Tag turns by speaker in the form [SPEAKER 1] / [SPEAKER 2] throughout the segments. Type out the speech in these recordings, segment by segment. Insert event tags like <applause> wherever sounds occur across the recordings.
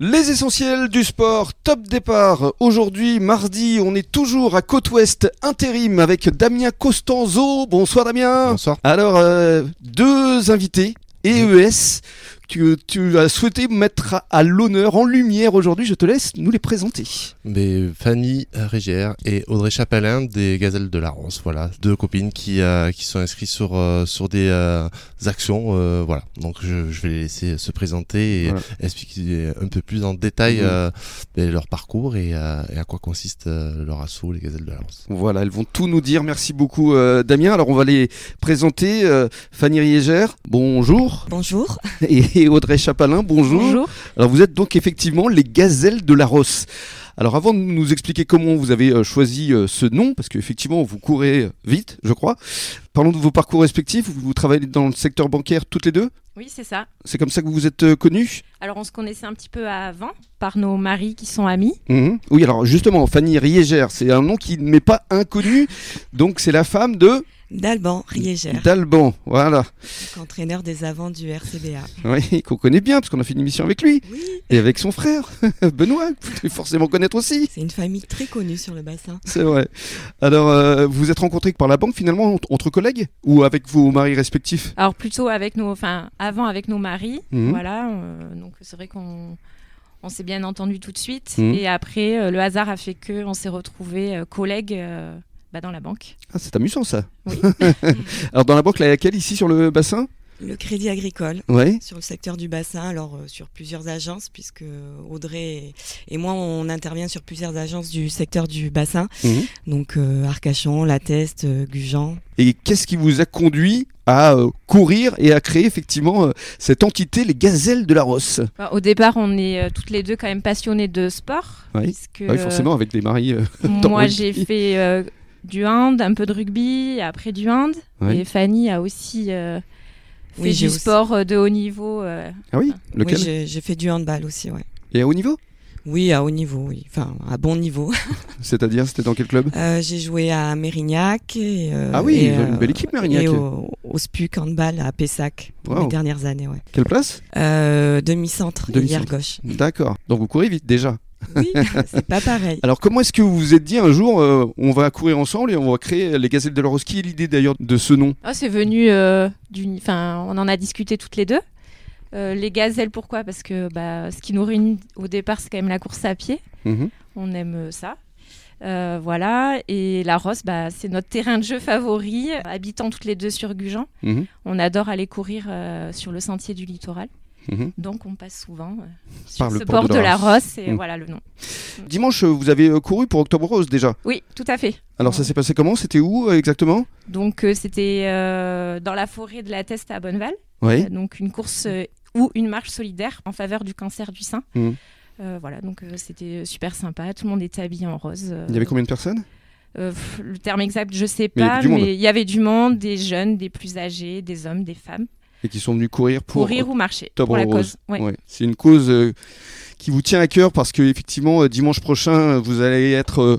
[SPEAKER 1] Les essentiels du sport, top départ. Aujourd'hui, mardi, on est toujours à Côte Ouest intérim avec Damien Costanzo. Bonsoir Damien.
[SPEAKER 2] Bonsoir.
[SPEAKER 1] Alors, euh, deux invités, EES, que tu as souhaité mettre à- à l'honneur, en lumière aujourd'hui. Je te laisse nous les présenter.
[SPEAKER 2] Mais Fanny Régière et Audrey Chapelain des Gazelles de la Rance, voilà, deux copines qui, euh, qui sont inscrites sur, euh, sur des euh, actions, euh, voilà. Donc je, je vais les laisser se présenter et
[SPEAKER 1] Voilà.
[SPEAKER 2] expliquer un peu plus en détail
[SPEAKER 1] Mhm.
[SPEAKER 2] euh, ben, leur parcours et, euh, et à quoi consiste euh, leur assaut, les Gazelles de la Rance.
[SPEAKER 1] Voilà, elles vont tout nous dire. Merci beaucoup euh, Damien. Alors, on va les présenter. Euh, Fanny Riégère, bonjour.
[SPEAKER 3] Bonjour.
[SPEAKER 1] Et Audrey Chapalin, bonjour. Alors vous êtes donc effectivement les gazelles de la Rosse. Alors avant de nous expliquer comment vous avez euh, choisi euh, ce nom, parce qu'effectivement vous courez vite, je crois, parlons de vos parcours respectifs. Vous, vous travaillez dans le secteur bancaire toutes les deux
[SPEAKER 3] Oui, c'est ça.
[SPEAKER 1] C'est comme ça que vous vous êtes euh, connus
[SPEAKER 3] Alors, on se connaissait un petit peu avant par nos maris qui sont amis.
[SPEAKER 1] Mhm. Oui, alors justement, Fanny Riégère, c'est un nom qui ne m'est pas inconnu. Donc c'est la femme de
[SPEAKER 4] D'Alban Rieger,
[SPEAKER 1] Dalban, voilà.
[SPEAKER 4] entraîneur des avants du RCBA.
[SPEAKER 1] Oui, qu'on connaît bien, parce qu'on a fait une émission avec lui.
[SPEAKER 4] Oui,
[SPEAKER 1] Et avec son frère, <laughs> Benoît, que vous devez forcément connaître aussi.
[SPEAKER 4] c'est une famille très connue sur le bassin.
[SPEAKER 1] <laughs> C'est vrai. Alors, euh, vous vous êtes rencontrés par la banque finalement ent- entre collègues ou avec vos maris respectifs
[SPEAKER 3] Alors, plutôt avec nos, enfin, avant avec nos maris.
[SPEAKER 1] Mhm.
[SPEAKER 3] Voilà. euh, donc, c'est vrai qu'on on s'est bien entendu tout de suite.
[SPEAKER 1] Mhm.
[SPEAKER 3] Et après, euh, le hasard a fait que on s'est retrouvés euh, collègues euh, bah, dans la banque.
[SPEAKER 1] Ah, c'est amusant ça.
[SPEAKER 3] Oui.
[SPEAKER 1] <laughs> Alors, dans la banque, laquelle ici sur le bassin
[SPEAKER 4] Le Crédit Agricole
[SPEAKER 1] Ouais.
[SPEAKER 4] sur le secteur du bassin, alors euh, sur plusieurs agences, puisque euh, Audrey et- et moi, on intervient sur plusieurs agences du secteur du bassin,
[SPEAKER 1] Mhm.
[SPEAKER 4] donc euh, Arcachon, La Teste, euh, Gujan.
[SPEAKER 1] Et qu'est-ce qui vous a conduit à euh, courir et à créer effectivement euh, cette entité, les Gazelles de la Rosse
[SPEAKER 3] Bah, au départ, on est euh, toutes les deux quand même passionnées de sport.
[SPEAKER 1] Oui.
[SPEAKER 3] puisque,
[SPEAKER 1] Ah Oui, forcément, avec des maris. <laughs> euh,
[SPEAKER 3] euh,
[SPEAKER 1] dans
[SPEAKER 3] moi,
[SPEAKER 1] le
[SPEAKER 3] j'ai
[SPEAKER 1] rugby.
[SPEAKER 3] fait euh, du hand, un peu de rugby, après du hand.
[SPEAKER 1] Oui.
[SPEAKER 3] Et Fanny a aussi euh, fait
[SPEAKER 4] Oui,
[SPEAKER 3] du
[SPEAKER 4] j'ai aussi-
[SPEAKER 3] sport euh, de haut niveau. euh,
[SPEAKER 1] Ah oui Lequel
[SPEAKER 4] Oui, j'ai- j'ai fait du handball aussi, ouais.
[SPEAKER 1] Et à haut niveau
[SPEAKER 4] Oui, à haut niveau, oui. enfin à bon niveau.
[SPEAKER 1] C'est-à-dire, c'était dans quel club
[SPEAKER 4] Euh, j'ai joué à Mérignac. Et, euh,
[SPEAKER 1] Ah oui,
[SPEAKER 4] et,
[SPEAKER 1] ils ont une
[SPEAKER 4] euh,
[SPEAKER 1] belle équipe, Mérignac.
[SPEAKER 4] Et au, au SPUC handball à Pessac pour
[SPEAKER 1] Wow.
[SPEAKER 4] les dernières années, ouais.
[SPEAKER 1] Quelle place
[SPEAKER 4] Euh, demi-centre,
[SPEAKER 1] Demi-centre. <laughs>
[SPEAKER 4] hier gauche.
[SPEAKER 1] D'accord. Donc, vous courez vite déjà.
[SPEAKER 4] Oui, <laughs> c'est pas pareil.
[SPEAKER 1] Alors comment est-ce que vous vous êtes dit un jour euh, on va courir ensemble et on va créer les Gazelles de la Rose Qui est l'idée d'ailleurs de ce nom
[SPEAKER 3] Ah, c'est venu euh, d'une. Enfin, on en a discuté toutes les deux. Euh, les gazelles, pourquoi Parce que bah, ce qui nous réunit au départ, c'est quand même la course à pied.
[SPEAKER 1] Mhm.
[SPEAKER 3] On aime euh, ça. Euh, voilà. Et la Rosse, bah, c'est notre terrain de jeu favori. Habitant toutes les deux sur Gujan,
[SPEAKER 1] Mhm.
[SPEAKER 3] on adore aller courir euh, sur le sentier du littoral.
[SPEAKER 1] Mhm.
[SPEAKER 3] Donc, on passe souvent euh,
[SPEAKER 1] Par
[SPEAKER 3] sur
[SPEAKER 1] le
[SPEAKER 3] ce
[SPEAKER 1] port
[SPEAKER 3] port
[SPEAKER 1] de
[SPEAKER 3] de
[SPEAKER 1] la
[SPEAKER 3] la Rosse. Et
[SPEAKER 1] Mhm.
[SPEAKER 3] voilà le nom.
[SPEAKER 1] Dimanche euh, vous avez euh, couru pour Octobre Rose déjà.
[SPEAKER 3] Oui, tout à fait.
[SPEAKER 1] Alors ça s'est passé comment C'était où euh, exactement
[SPEAKER 3] Donc, euh, c'était euh, dans la forêt de la Teste à Bonneval.
[SPEAKER 1] Oui.
[SPEAKER 3] Euh, donc une course euh, ou une marche solidaire en faveur du cancer du sein.
[SPEAKER 1] Mm.
[SPEAKER 3] Euh, voilà, donc euh, c'était super sympa. Tout le monde était habillé en rose. euh,
[SPEAKER 1] Il y avait combien de personnes
[SPEAKER 3] euh, pff, Le terme exact, je sais
[SPEAKER 1] Mais il y avait
[SPEAKER 3] pas,
[SPEAKER 1] du monde.
[SPEAKER 3] mais il y avait du monde, des jeunes, des plus âgés, des hommes, des femmes,
[SPEAKER 1] Et qui sont venus courir pour
[SPEAKER 3] courir ou marcher
[SPEAKER 1] Octobre
[SPEAKER 3] pour la
[SPEAKER 1] Rose.
[SPEAKER 3] cause. Ouais.
[SPEAKER 1] Ouais. C'est une cause euh, qui vous tient à cœur parce que effectivement euh, dimanche prochain euh, vous allez être euh,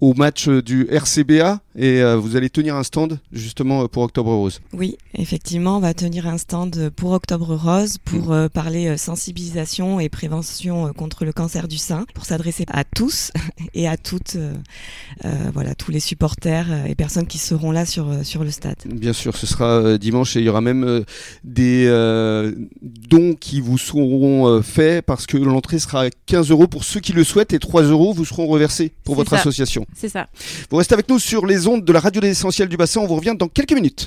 [SPEAKER 1] au match euh, du RCBA et euh, vous allez tenir un stand justement euh, pour Octobre Rose.
[SPEAKER 4] Oui, effectivement, on va tenir un stand pour Octobre Rose
[SPEAKER 1] Mm.
[SPEAKER 4] pour euh, parler euh, sensibilisation et prévention euh, contre le cancer du sein, pour s'adresser à tous <laughs> et à toutes, euh, euh, voilà, tous les supporters euh, et personnes qui seront là sur, euh, sur le stade.
[SPEAKER 1] Bien sûr, ce sera euh, dimanche et il y aura même euh, des euh, dons qui vous seront euh, faits parce que l'entrée sera à 15 euros pour ceux qui le souhaitent et 3 euros vous seront reversés pour
[SPEAKER 3] C'est
[SPEAKER 1] votre
[SPEAKER 3] ça.
[SPEAKER 1] association.
[SPEAKER 3] C'est ça.
[SPEAKER 1] Vous restez avec nous sur les ondes de la radio des essentiels du bassin, on vous revient dans quelques minutes.